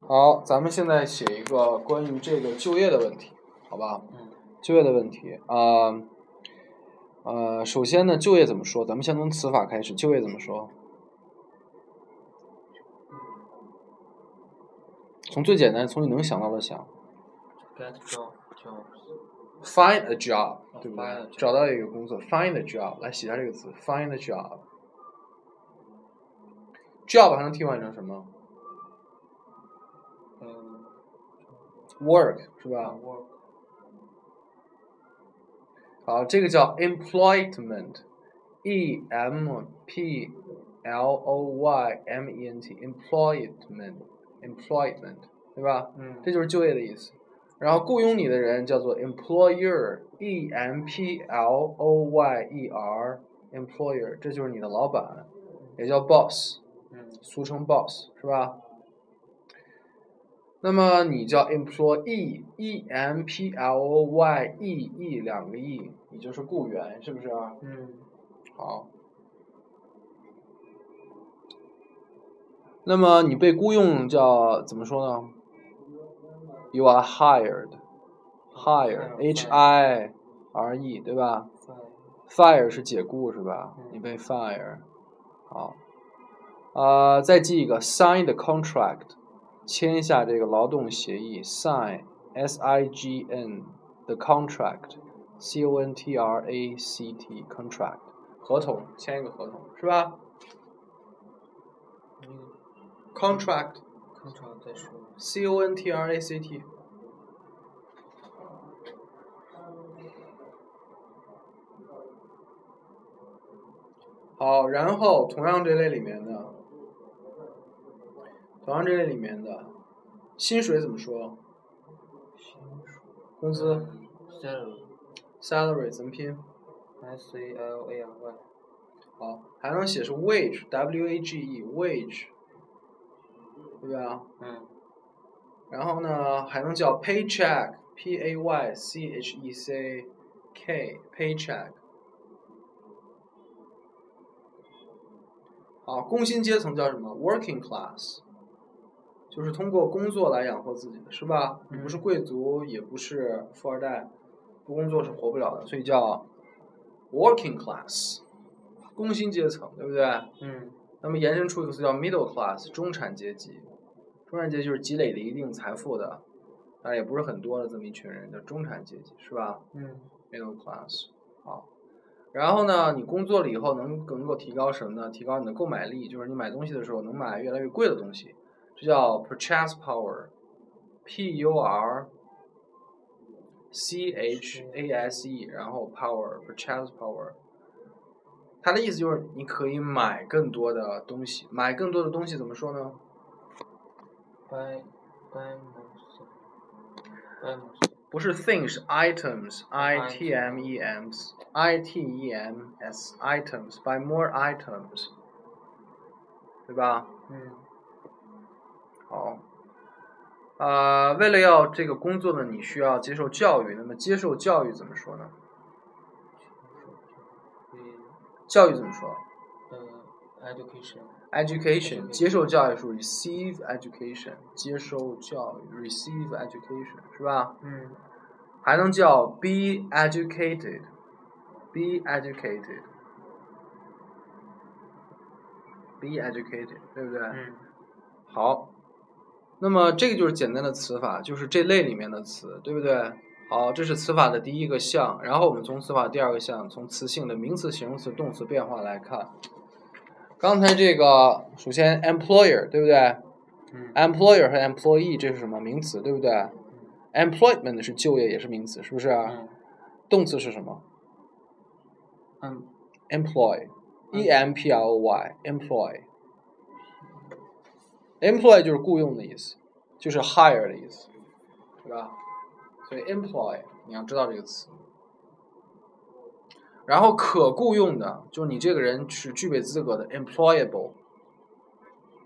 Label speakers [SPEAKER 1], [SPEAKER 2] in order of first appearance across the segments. [SPEAKER 1] 好，咱们现在写一个关于这个就业的问题，好吧？
[SPEAKER 2] 嗯
[SPEAKER 1] 就业的问题啊、呃，呃，首先呢，就业怎么说？咱们先从词法开始，就业怎么说？从最简单，从你能想到的想
[SPEAKER 2] get job jobs
[SPEAKER 1] ，find a job，
[SPEAKER 2] 啊
[SPEAKER 1] 对不对
[SPEAKER 2] find a job
[SPEAKER 1] 找到一个工作，find a job，来写下这个词，find a job。job 还能替换成什么
[SPEAKER 2] 嗯
[SPEAKER 1] ？work 是吧？
[SPEAKER 2] 啊 work
[SPEAKER 1] 好，这个叫 employment，e m p l o y m e n t，employment，employment，对吧？
[SPEAKER 2] 嗯
[SPEAKER 1] 这就是就业的意思。然后雇佣你的人叫做 employer，e m p l o y e r，employer，这就是你的老板，也叫 boss，
[SPEAKER 2] 嗯
[SPEAKER 1] 俗称 boss，是吧？那么你叫 employee，e e m p l o y e e 两个 e，你就是雇员，是不是？
[SPEAKER 2] 嗯
[SPEAKER 1] 好。那么你被雇佣叫怎么说呢？You are hired, hired, h i r e，对吧
[SPEAKER 2] 在
[SPEAKER 1] ？Fire 是解雇是吧？你被 fire。好，啊、再记一个，sign the contract，签下这个劳动协议，sign s i g n the contract。C O N T R A C T contract 合同，签一个合同是吧
[SPEAKER 2] 那个
[SPEAKER 1] ？contract
[SPEAKER 2] contract 再说一遍
[SPEAKER 1] C O N T R A C T 好，然后同样这类里面的，同样这类里面的薪水怎么说？
[SPEAKER 2] 薪水
[SPEAKER 1] 工资
[SPEAKER 2] salary
[SPEAKER 1] salary 怎么拼？
[SPEAKER 2] s a l a r y
[SPEAKER 1] 好，还能写是 wage，w a g e wage，对吧？
[SPEAKER 2] 嗯
[SPEAKER 1] 然后呢，还能叫 paycheck，p a y c h e c k，paycheck。啊，工薪阶层叫什么？working class，就是通过工作来养活自己的，是吧？你不是贵族，也不是富二代，不工作是活不了的，所以叫 working class，工薪阶层，对不对？
[SPEAKER 2] 嗯
[SPEAKER 1] 那么延伸出一个词叫 middle class，中产阶级。中产阶级就是积累了一定财富的，但也不是很多的这么一群人，叫中产阶级，是吧
[SPEAKER 2] 嗯
[SPEAKER 1] ？middle class。好，然后呢，你工作了以后能能够提高什么呢？提高你的购买力，就是你买东西的时候能买越来越贵的东西，这叫 purchase power，P U R C H A S E，然后 power purchase power。它的意思就是你可以买更多的东西，买更多的东西怎么说呢？
[SPEAKER 2] buy buy more stuff buy more
[SPEAKER 1] 不是 thing 是 items，i t m e m s，i t e m s items，buy more items，对吧？
[SPEAKER 2] stuff 嗯
[SPEAKER 1] 好，呃，为了要这个工作呢，你需要接受教育。那么接受教育怎么说呢？
[SPEAKER 2] the
[SPEAKER 1] 教育怎么说
[SPEAKER 2] 呃 education
[SPEAKER 1] ？education，
[SPEAKER 2] Education
[SPEAKER 1] 接受教育是 receive education，接受教育 receive education 是吧？
[SPEAKER 2] 嗯
[SPEAKER 1] 还能叫 be educated，be educated，be educated，对不对？
[SPEAKER 2] 嗯
[SPEAKER 1] 好，那么这个就是简单的词法，就是这类里面的词，对不对？好，这是词法的第一个项，然后我们从词法第二个项，从词性的名词、形容词、动词变化来看。刚才这个，首先 employer，对不对
[SPEAKER 2] 嗯
[SPEAKER 1] ？employer 和 employee 这是什么名词，对不对？employment 是就业，也是名词，是不啊是？
[SPEAKER 2] 嗯
[SPEAKER 1] 动词是什么
[SPEAKER 2] 嗯
[SPEAKER 1] ？employ，e E m p l o y，employ。employ 就是雇佣的意思，就是 hire 的意思，对吧？所以 employ 你要知道这个词。然后可雇佣的，就是你这个人是具备资格的 employable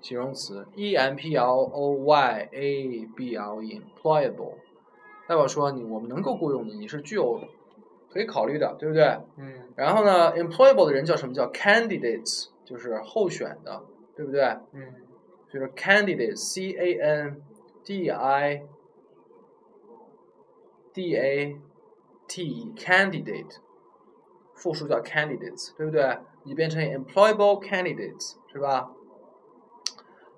[SPEAKER 1] 形容词，e m p l o y a b l e employable，代表说你我们能够雇佣你，你是具有可以考虑的，对不对？
[SPEAKER 2] 嗯
[SPEAKER 1] 然后呢，employable 的人叫什么？叫 candidates，就是候选的，对不对？
[SPEAKER 2] 嗯
[SPEAKER 1] 就是 candidate，c a n D I D A T E candidate，复数叫 candidates，对不对？你变成 employable candidates 是吧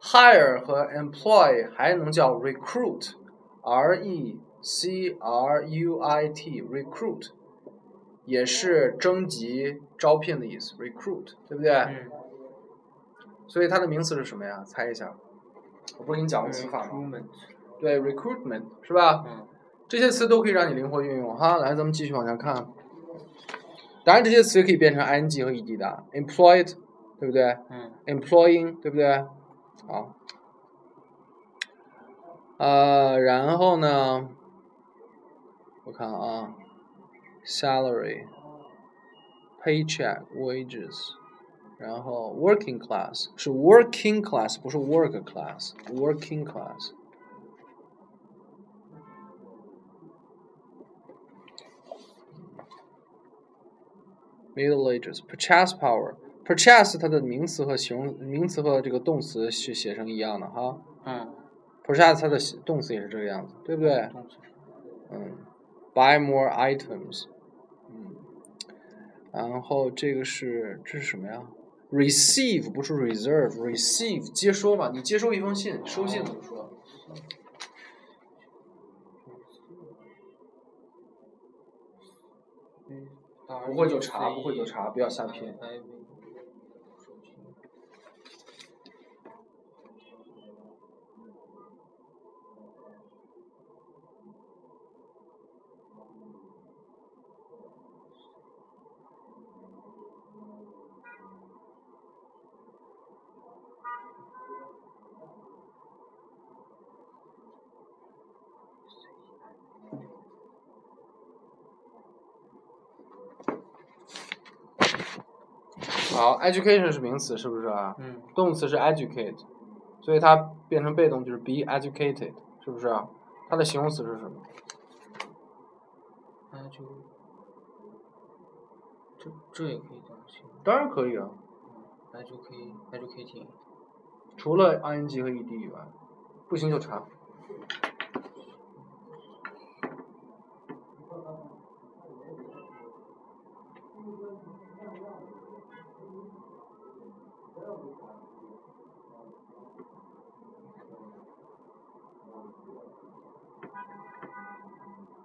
[SPEAKER 1] ？hire 和 employ 还能叫 recruit，R E C R U I T recruit 也是征集、招聘的意思，recruit 对不对？
[SPEAKER 2] 嗯
[SPEAKER 1] 所以它的名词是什么呀？猜一下。我不是给你讲
[SPEAKER 2] 嗯
[SPEAKER 1] 过词法吗？
[SPEAKER 2] ，recruitment，
[SPEAKER 1] 对，recruitment 是吧？
[SPEAKER 2] 嗯
[SPEAKER 1] 这些词都可以让你灵活运用哈。来，咱们继续往下看。当然，这些词也可以变成 ing 和 ed 的，employed，对不对
[SPEAKER 2] 嗯
[SPEAKER 1] ？employing，对不对？好。呃，然后呢？我看啊，salary、paycheck、wages，然后 working class 是 working class，不是 work class，working class。Middle Ages purchase power purchase 它的名词和形容名词和这个动词是写成一样的哈
[SPEAKER 2] 嗯，
[SPEAKER 1] ，purchase 它的写动词也是这个样子，对不对？
[SPEAKER 2] 动词
[SPEAKER 1] 嗯，buy more items，嗯，然后这个是这是什么呀？receive 不是 reserve，receive 接收嘛，你接收一封信，收信怎么说？
[SPEAKER 2] 啊
[SPEAKER 1] 不会就查，不会就查，不要瞎拼。好，education 是名词，是不是啊？
[SPEAKER 2] 嗯
[SPEAKER 1] 动词是 educate，所以它变成被动就是 be educated，是不是啊？它的形容词是什么？
[SPEAKER 2] 那就这这也可以当形容，
[SPEAKER 1] 当然可以啊，
[SPEAKER 2] 那就可以那就可以听。
[SPEAKER 1] 除了 ing 和 ed 以外，不行就查。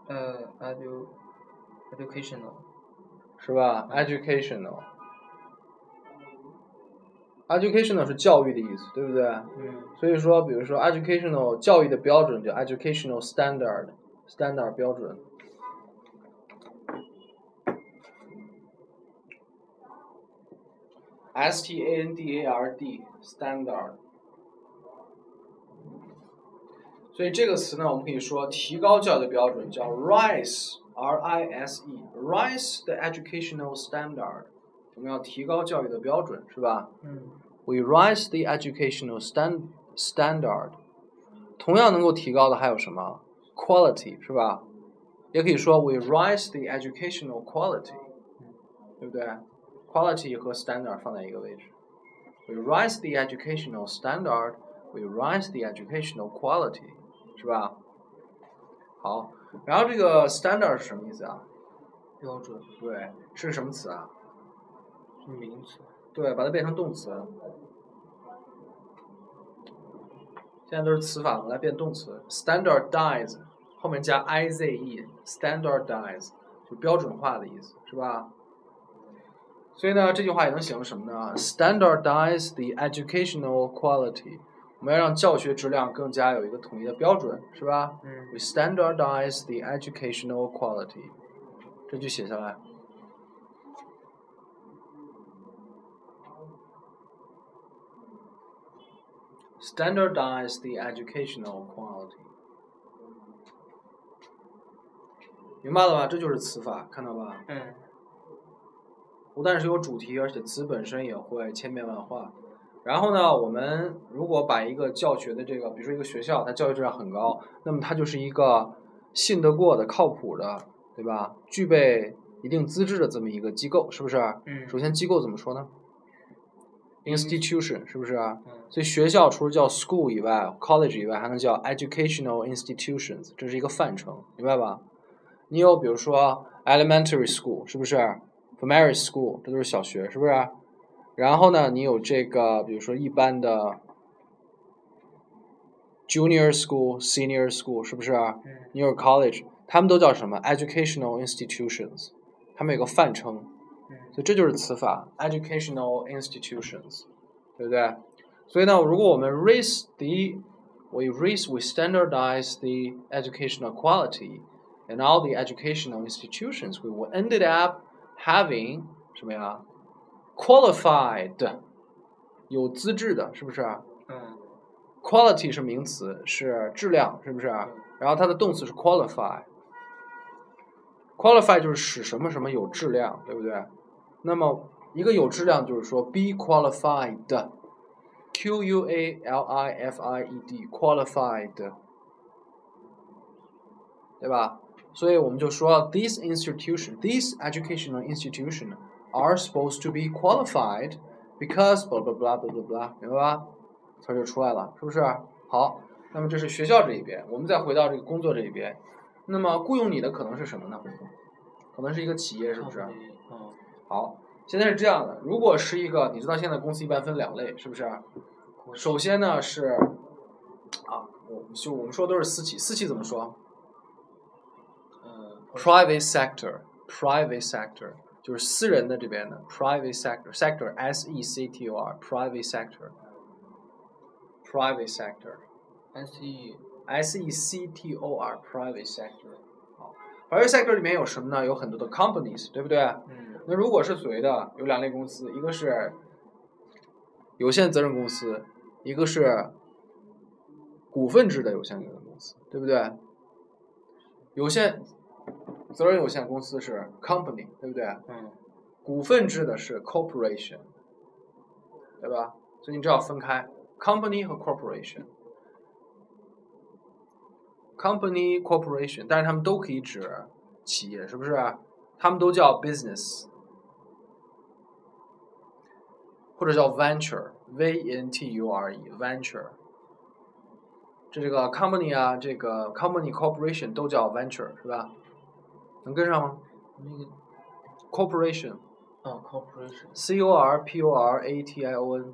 [SPEAKER 2] 呃，那就 educational，
[SPEAKER 1] 是吧？educational。educational 是教育的意思，对不对？
[SPEAKER 2] 嗯
[SPEAKER 1] 所以说，比如说 educational 教育的标准叫 educational standard standard 标准。S T A N D A R D standard。所以这个词呢，我们可以说提高教育的标准叫 rise R I S E rise the educational standard。我们要提高教育的标准，是吧？
[SPEAKER 2] 嗯
[SPEAKER 1] We rise the educational stand standard。同样能够提高的还有什么？Quality 是吧？也可以说 We rise the educational quality，对不对？Quality 和 standard 放在一个位置。We rise the educational standard. We rise the educational quality，是吧？好，然后这个 standard 是什么意思啊？
[SPEAKER 2] 标准
[SPEAKER 1] 对，是个什么词啊？
[SPEAKER 2] 是名词，
[SPEAKER 1] 对，把它变成动词。现在都是词法，我们来变动词。standardize 后面加 i z e，standardize 就标准化的意思，是吧？所以呢，这句话也能写成什么呢？Standardize the educational quality，我们要让教学质量更加有一个统一的标准，是吧
[SPEAKER 2] 嗯
[SPEAKER 1] ？We standardize the educational quality，这句写下来。standardize the educational quality。明白了吧？这就是词法，看到吧？
[SPEAKER 2] 嗯
[SPEAKER 1] 不但是有主题，而且词本身也会千变万化。然后呢，我们如果把一个教学的这个，比如说一个学校，它教育质量很高，那么它就是一个信得过的、靠谱的，对吧？具备一定资质的这么一个机构，是不是？
[SPEAKER 2] 嗯
[SPEAKER 1] 首先，机构怎么说呢 institution 是不是啊？
[SPEAKER 2] 嗯
[SPEAKER 1] 所以学校除了叫 school 以外，college 以外，还能叫 educational institutions，这是一个范畴，明白吧？你有比如说 elementary school，是不是？primary school，这都是小学，是不是？然后呢，你有这个，比如说一般的 junior school、senior school，是不是？
[SPEAKER 2] 嗯
[SPEAKER 1] 你有 college，他们都叫什么？educational institutions，他们有个范称。
[SPEAKER 2] 嗯
[SPEAKER 1] 所以这就是词法 educational institutions，对不对？所以呢，如果我们 raise the we raise we standardize the educational quality and all the educational institutions, we will ended up having 什么呀？qualified 有资质的，是不是
[SPEAKER 2] 嗯
[SPEAKER 1] ？quality 是名词，是质量，是不是？然后它的动词是 qualify。qualify 就是使什么什么有质量，对不对？那么一个有质量就是说 be qualified，q u a l i f i e d，qualified，对吧？所以我们就说 these institution, these educational institution are supposed to be qualified because blah blah blah blah blah blah，明白吧？词儿就出来了，是不是？好，那么这是学校这一边，我们再回到这个工作这一边。那么雇佣你的可能是什么呢？可能是一个企业，是不是？
[SPEAKER 2] 靠你嗯
[SPEAKER 1] 好，现在是这样的，如果是一个，你知道现在公司一般分两类，是不是？
[SPEAKER 2] 国
[SPEAKER 1] 首先呢是，啊，我就我们说都是私企，私企怎么说
[SPEAKER 2] 呃
[SPEAKER 1] ？private sector，private sector 就是私人的这边的 private sector，sector s e c t o r，private sector，private sector。
[SPEAKER 2] S E
[SPEAKER 1] S E C T O R private sector。好，private sector 里面有什么呢？有很多的 companies，对不啊对？
[SPEAKER 2] 嗯
[SPEAKER 1] 那如果是所谓的有两类公司，一个是有限责任公司，一个是股份制的有限责任公司，对不对？有限责任有限公司是 company，对不对？
[SPEAKER 2] 嗯
[SPEAKER 1] 股份制的是 corporation，对吧？所以你只要分开 company 和 corporation。company corporation，但是他们都可以指企业，是不是？他们都叫 business，或者叫 venture，v e n t u r e venture。这这个 company 啊，这个 company corporation 都叫 venture，是吧？能跟上吗
[SPEAKER 2] 那个
[SPEAKER 1] ？corporation
[SPEAKER 2] 啊 corporation
[SPEAKER 1] C O R P O R A T I O N。
[SPEAKER 2] U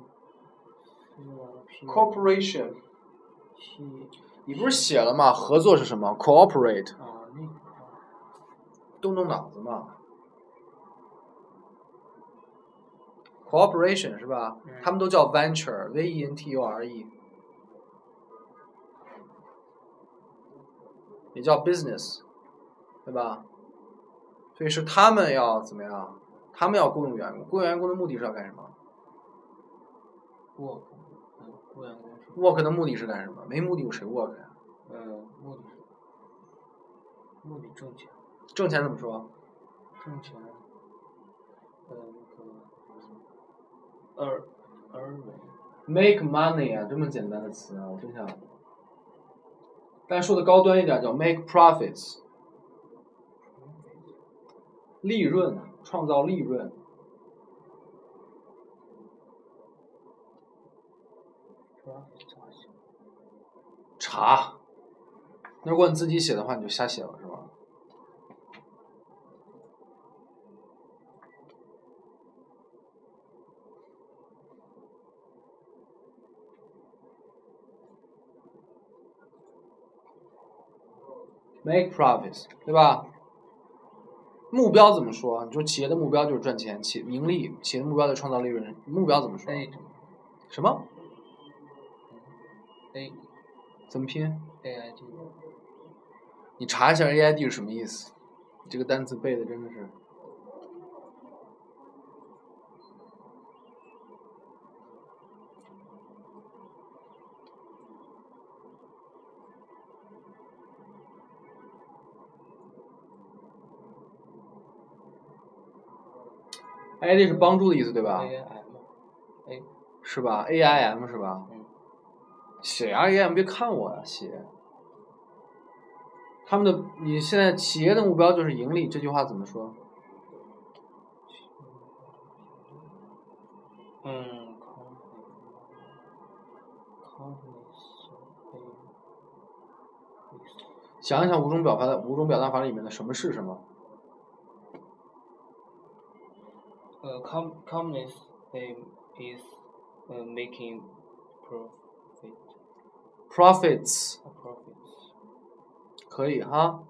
[SPEAKER 2] P
[SPEAKER 1] Corporation，
[SPEAKER 2] T
[SPEAKER 1] 你不是写了吗？合作是什么？Cooperate，
[SPEAKER 2] 啊那个啊
[SPEAKER 1] 动动脑子嘛。Cooperation 是吧？
[SPEAKER 2] 嗯
[SPEAKER 1] 他们都叫 venture，V E N T U R E，也叫 business，对吧？所以是他们要怎么样？他们要雇佣员工，雇佣员工的目的是要干什么？
[SPEAKER 2] work 嗯雇员工是
[SPEAKER 1] work 的目的是干什么？没目的有谁 work 呀、
[SPEAKER 2] 呃目的目的挣钱
[SPEAKER 1] 挣钱怎么说？
[SPEAKER 2] 挣钱呃那个而而为
[SPEAKER 1] Make money 啊，这么简单的词啊，我真想。但说的高端一点叫 make profits，利润啊，创造利润。
[SPEAKER 2] profit 咋写
[SPEAKER 1] 查，那如果你自己写的话，你就瞎写了是吧？make profits，对吧？目标怎么说？啊你说企业的目标就是赚钱，企盈利，企业的目标就是创造利润，目标怎么说？
[SPEAKER 2] aid
[SPEAKER 1] 什么？
[SPEAKER 2] aid
[SPEAKER 1] 怎么拼？
[SPEAKER 2] A I D
[SPEAKER 1] 你查一下 AID 是什么意思？这个单词背的真的是。AID 是帮助的意思，对吧？
[SPEAKER 2] A I M A
[SPEAKER 1] 是吧？AIM 是吧？
[SPEAKER 2] 嗯
[SPEAKER 1] 写 AIM 别看我呀，写。他们的你现在企业的目标就是盈利，这句话怎么说？
[SPEAKER 2] 嗯，考
[SPEAKER 1] 想一想五种表达五种表达法里面的什么是什么？
[SPEAKER 2] Uh, com- communist um, is uh, making profit,
[SPEAKER 1] profits
[SPEAKER 2] a profits.
[SPEAKER 1] 可以哈，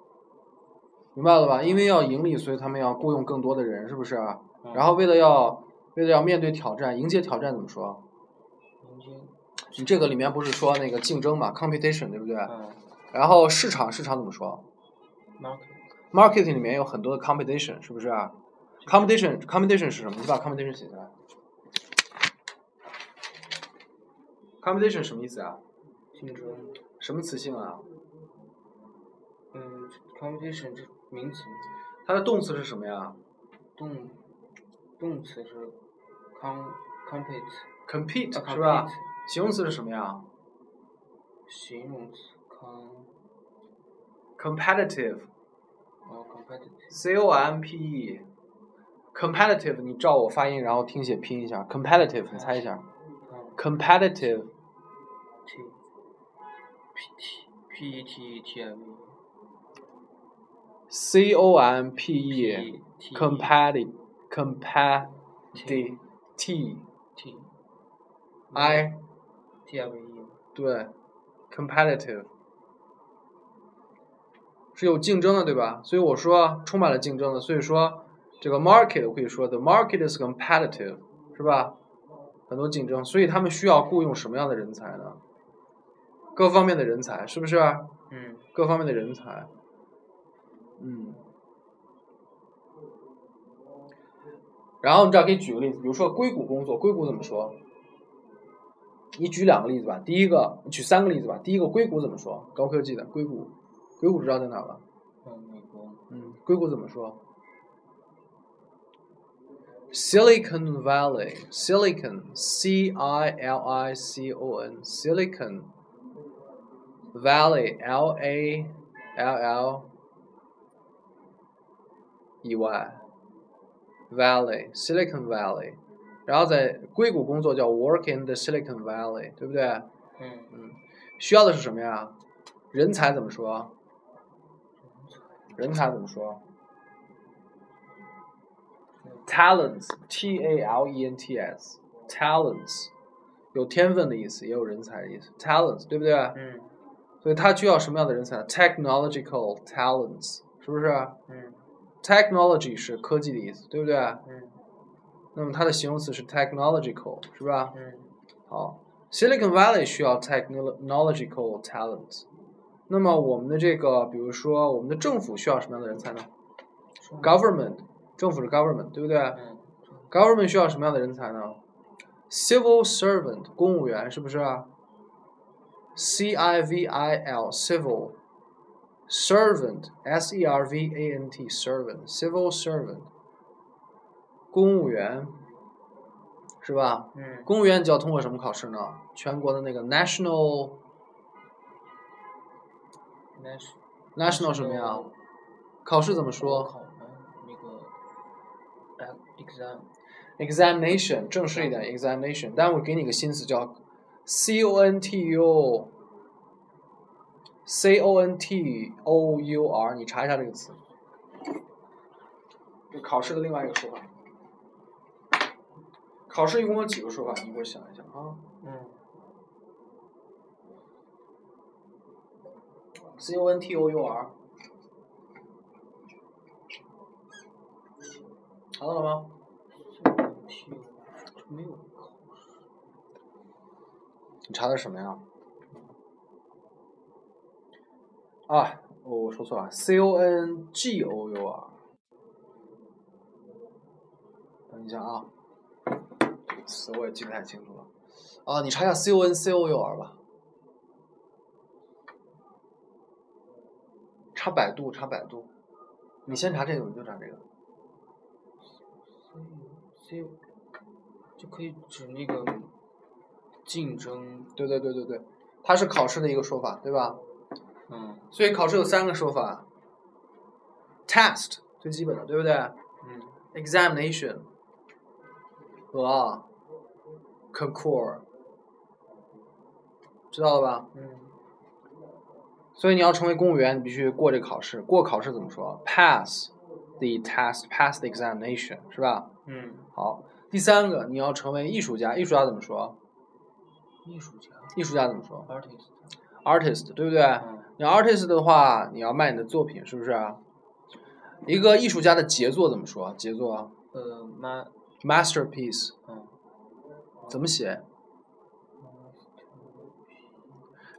[SPEAKER 1] 明白了吧？因为要盈利，所以他们要雇佣更多的人，是不是？
[SPEAKER 2] 嗯
[SPEAKER 1] 然后为了要为了要面对挑战，迎接挑战怎么说？
[SPEAKER 2] 嗯
[SPEAKER 1] 你这个里面不是说那个竞争嘛，competition 对不对？
[SPEAKER 2] 嗯呃
[SPEAKER 1] 然后市场市场怎么说
[SPEAKER 2] market
[SPEAKER 1] ？market 里面有很多的 competition，是不是？competition competition 是什么？你把 competition 写下来。competition 什么意思啊？
[SPEAKER 2] 竞争，
[SPEAKER 1] 什么词性啊？
[SPEAKER 2] 嗯，competition 这名词，
[SPEAKER 1] 它的动词是什么呀
[SPEAKER 2] 动动词是 com compete，
[SPEAKER 1] 哦？compete
[SPEAKER 2] 啊
[SPEAKER 1] 是吧？
[SPEAKER 2] compete，
[SPEAKER 1] 形容词是什么呀
[SPEAKER 2] 形容词呃 com
[SPEAKER 1] ？competitive
[SPEAKER 2] 啊 competitive
[SPEAKER 1] C O M P E competitive，你照我发音，然后听写拼一下。competitive，你猜一下。competitive
[SPEAKER 2] t p t p e t e t i v
[SPEAKER 1] C O M P E
[SPEAKER 2] e t E
[SPEAKER 1] competi competi T
[SPEAKER 2] t E，
[SPEAKER 1] I
[SPEAKER 2] t i v e
[SPEAKER 1] 对 competitive 是有竞争的，对吧？所以我说充满了竞争的，所以说这个 market 我可以说 the market is competitive，是吧？很多竞争，所以他们需要雇佣什么样的人才呢？各方面的人才，是不啊是？
[SPEAKER 2] 嗯
[SPEAKER 1] 各方面的人才。嗯。然后你知道，给举个例子，比如说硅谷工作，硅谷怎么说？你举两个例子吧。第一个，你举三个例子吧。第一个，硅谷怎么说？高科技的硅谷，硅谷知道在哪儿吧？
[SPEAKER 2] 嗯美国
[SPEAKER 1] 嗯，硅谷怎么说？Silicon Valley，Silicon，C I L I C O N，Silicon Valley，L A L L 以外，Valley，Silicon Valley，然后在硅谷工作叫 Work in the Silicon Valley，对不对？
[SPEAKER 2] 嗯
[SPEAKER 1] 需要的是什么呀？人才怎么说？人才怎么说？Talents，T A L E N T S，talents，有天分的意思，也有人才的意思。talents，对不对？
[SPEAKER 2] 嗯
[SPEAKER 1] 所以它需要什么样的人才？Technological talents，是不是
[SPEAKER 2] 嗯
[SPEAKER 1] ？Technology 是科技的意思，对不对？
[SPEAKER 2] 嗯
[SPEAKER 1] 那么它的形容词是 technological，是吧？
[SPEAKER 2] 嗯
[SPEAKER 1] 好，Silicon Valley 需要 technological talent。那么我们的这个，比如说我们的政府需要什么样的人才呢？Government，政府是 government，对不对
[SPEAKER 2] 嗯
[SPEAKER 1] ？Government 需要什么样的人才呢？Civil servant，公务员是不是啊？C I V I L，civil servant，S E R V A N T，servant，civil servant，公务员，是吧？
[SPEAKER 2] 嗯
[SPEAKER 1] 公务员就要通过什么考试呢？全国的那个 national
[SPEAKER 2] ，national
[SPEAKER 1] national 什么呀？考试怎么说
[SPEAKER 2] 考完那个 e- exam
[SPEAKER 1] ？examination 正式一点 examination，但我给你个新词叫 c o n t u c o n t o u r，你查一下这个词，这考试的另外一个说法。考试一共有几个说法？你给我想一想啊。
[SPEAKER 2] 嗯
[SPEAKER 1] C O N T O U R。查到了吗？
[SPEAKER 2] ，T 没有考
[SPEAKER 1] 你查的什么呀？啊，我我说错了，C O N G O U R。等一下啊，这个词我也记不太清楚了。啊，你查一下 C O N C O U R 吧。查百度，查百度。你先查这个，你就查这个。
[SPEAKER 2] C，就可以指那个竞争，
[SPEAKER 1] 对对对对对，它是考试的一个说法，对吧？
[SPEAKER 2] 嗯
[SPEAKER 1] 所以考试有三个说法：test 最基本的，对不对
[SPEAKER 2] 嗯
[SPEAKER 1] ？examination 和 concours 知道了吧？
[SPEAKER 2] 嗯
[SPEAKER 1] 所以你要成为公务员，你必须过这个考试。过考试怎么说？Pass the test, pass the examination，是吧？
[SPEAKER 2] 嗯，
[SPEAKER 1] 好，第三个，你要成为艺术家。艺术家怎么说？
[SPEAKER 2] 艺术家
[SPEAKER 1] 艺术家怎么说
[SPEAKER 2] ，artist，
[SPEAKER 1] ？Artist，对不对？
[SPEAKER 2] 嗯
[SPEAKER 1] 你 artist 的话，你要卖你的作品，是不是啊？一个艺术家的杰作怎么说？杰作啊
[SPEAKER 2] 呃妈，
[SPEAKER 1] masterpiece
[SPEAKER 2] 嗯，
[SPEAKER 1] 怎么写？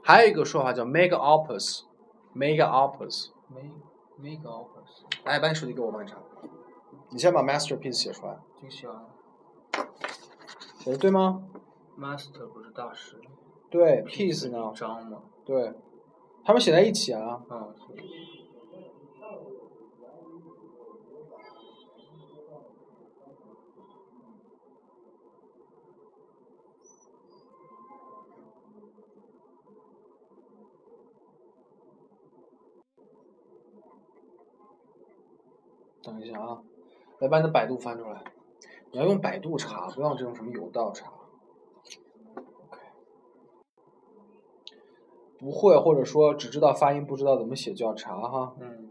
[SPEAKER 1] 还有一个说法叫 mega opus，mega opus。
[SPEAKER 2] 没没搞好似，
[SPEAKER 1] 来，把你手机给我，我帮你查。你先把 masterpiece 写出来，
[SPEAKER 2] 这个小
[SPEAKER 1] 写的对吗？
[SPEAKER 2] master 不是大师
[SPEAKER 1] 对，piece 呢？
[SPEAKER 2] 张吗？
[SPEAKER 1] 对，他们写在一起啊。
[SPEAKER 2] 嗯，所以
[SPEAKER 1] 等一下啊，来把你的百度翻出来。你要用百度查，不要用这种什么有道查。不会或者说只知道发音，不知道怎么写就要查哈。
[SPEAKER 2] 嗯，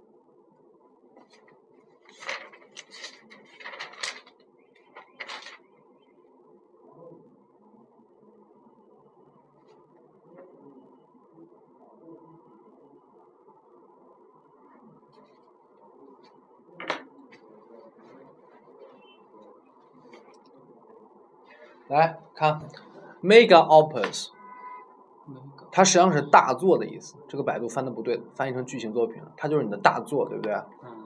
[SPEAKER 1] 来看，mega opus，
[SPEAKER 2] 没搞，
[SPEAKER 1] 它实际上是大作的意思。这个百度翻的不对，翻译成巨型作品了。它就是你的大作，对不对？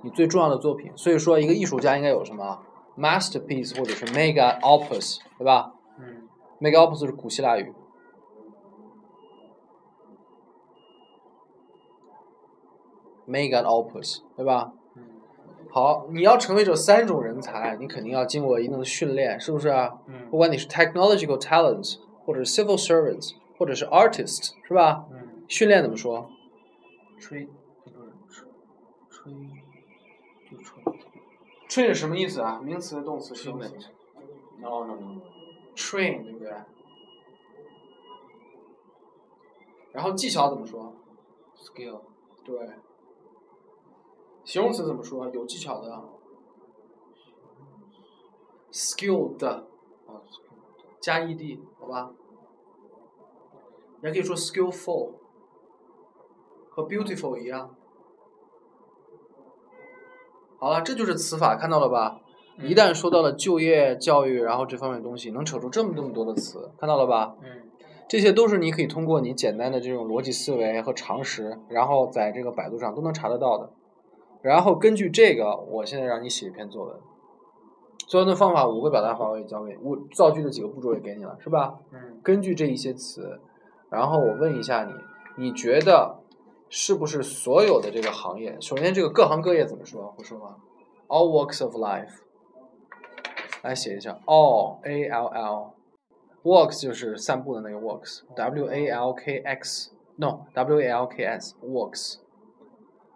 [SPEAKER 1] 你
[SPEAKER 2] 嗯
[SPEAKER 1] 最重要的作品。所以说，一个艺术家应该有什么 masterpiece 或者是 mega opus，对吧
[SPEAKER 2] 嗯
[SPEAKER 1] ？mega opus 是古希腊语。mega opus，对吧？
[SPEAKER 2] 嗯
[SPEAKER 1] 好，你要成为这三种人才，你肯定要经过一定的训练，是不是、啊？
[SPEAKER 2] 嗯
[SPEAKER 1] 不管你是 technological talents，或者是 civil servants，或者是 artist，是吧？
[SPEAKER 2] 嗯，
[SPEAKER 1] 训练怎么说？
[SPEAKER 2] 吹，不是吹，吹，就吹
[SPEAKER 1] train 是什么意思啊？名词、动词、
[SPEAKER 2] Treatment
[SPEAKER 1] No no no. Train 对不对？然后技巧怎么说？
[SPEAKER 2] skill，
[SPEAKER 1] 对。形容词怎么说？有技巧的。skilled
[SPEAKER 2] 哦，skill，
[SPEAKER 1] 加 ed 好吧？也可以说 skillful 和 beautiful 一样。好了，这就是词法，看到了吧？一旦说到了就业、教育，然后这方面的东西，能扯出这么这么多的词，看到了吧？
[SPEAKER 2] 嗯
[SPEAKER 1] 这些都是你可以通过你简单的这种逻辑思维和常识，然后在这个百度上都能查得到的。然后根据这个，我现在让你写一篇作文。作文的方法、我会表达法我也教给你，我造句的几个步骤也给你了，是吧？
[SPEAKER 2] 嗯
[SPEAKER 1] 根据这一些词，然后我问一下你，你觉得是不是所有的这个行业？首先，这个各行各业怎么说？会说吗？All walks of life，来写一下，all a l l walks 就是散步的那个 walks，w a l k x no w a l k s walks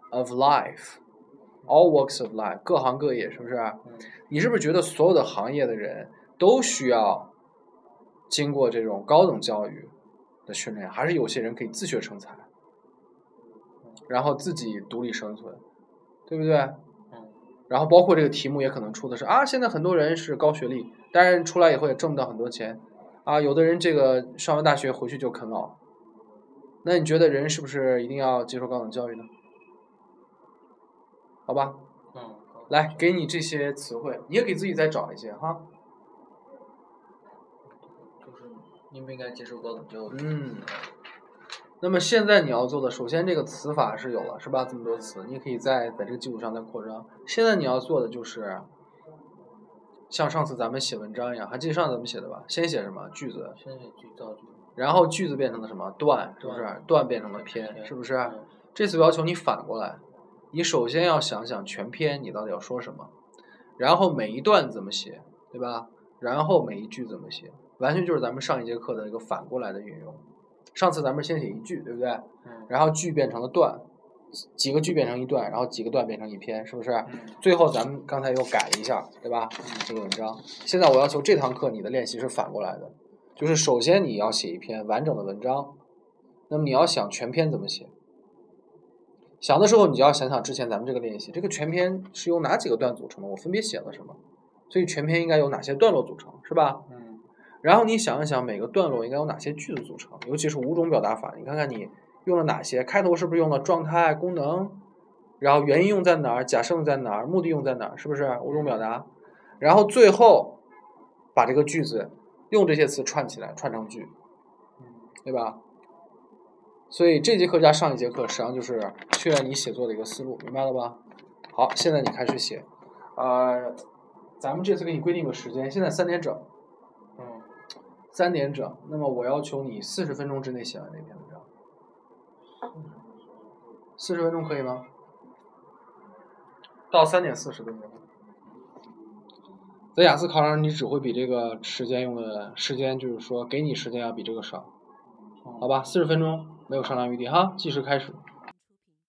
[SPEAKER 1] of life，all walks of life，各行各业是不啊是？
[SPEAKER 2] 嗯
[SPEAKER 1] 你是不是觉得所有的行业的人都需要经过这种高等教育的训练，还是有些人可以自学成才，然后自己独立生存，对不对？
[SPEAKER 2] 嗯
[SPEAKER 1] 然后包括这个题目也可能出的是啊，现在很多人是高学历，当然出来以后也挣不到很多钱，啊，有的人这个上完大学回去就啃老。那你觉得人是不是一定要接受高等教育呢？好吧，
[SPEAKER 2] 嗯，
[SPEAKER 1] 来，给你这些词汇，你也给自己再找一些哈。
[SPEAKER 2] 就是应不应该接受高等教育？
[SPEAKER 1] 嗯，那么现在你要做的，首先这个词法是有了，是吧？这么多词，你可以在在这个基础上再扩张。现在你要做的就是，像上次咱们写文章一样，还记得上次咱们写的吧？先写什么句子，
[SPEAKER 2] 现在去造句，
[SPEAKER 1] 然后句子变成了什么段，是不是
[SPEAKER 2] 段？
[SPEAKER 1] 段变成了篇，是不是？
[SPEAKER 2] 嗯
[SPEAKER 1] 这次要求你反过来，你首先要想想全篇你到底要说什么，然后每一段怎么写，对吧？然后每一句怎么写，完全就是咱们上一节课的一个反过来的运用。上次咱们先写一句，对不对？
[SPEAKER 2] 嗯
[SPEAKER 1] 然后句变成了段，几个句变成一段，然后几个段变成一篇，是不是？
[SPEAKER 2] 嗯
[SPEAKER 1] 最后咱们刚才又改了一下，对吧？这个文章，现在我要求这堂课你的练习是反过来的，就是首先你要写一篇完整的文章，那么你要想全篇怎么写，想的时候你就要想想之前咱们这个练习，这个全篇是由哪几个段组成的，我分别写了什么，所以全篇应该由哪些段落组成，是吧？
[SPEAKER 2] 嗯
[SPEAKER 1] 然后你想一想每个段落应该由哪些句子组成，尤其是五种表达法，你看看你用了哪些，开头是不是用了状态、功能，然后原因用在哪儿，假设用在哪儿，目的用在哪儿，是不是五种表达？然后最后把这个句子用这些词串起来，串成句，
[SPEAKER 2] 嗯
[SPEAKER 1] 对吧？所以这节课加上一节课，实际上就是确认你写作的一个思路，明白了吧？好，现在你开始写，呃，咱们这次给你规定个时间，现在三点整。
[SPEAKER 2] 嗯，
[SPEAKER 1] 三点整，那么我要求你四十分钟之内写完这篇文章。四十分钟可以吗？到三点四十的时候，在雅思考场你只会比这个时间用的时间，就是说给你时间要比这个少，
[SPEAKER 2] 嗯
[SPEAKER 1] 好吧？四十分钟没有商量余地哈，计时开始。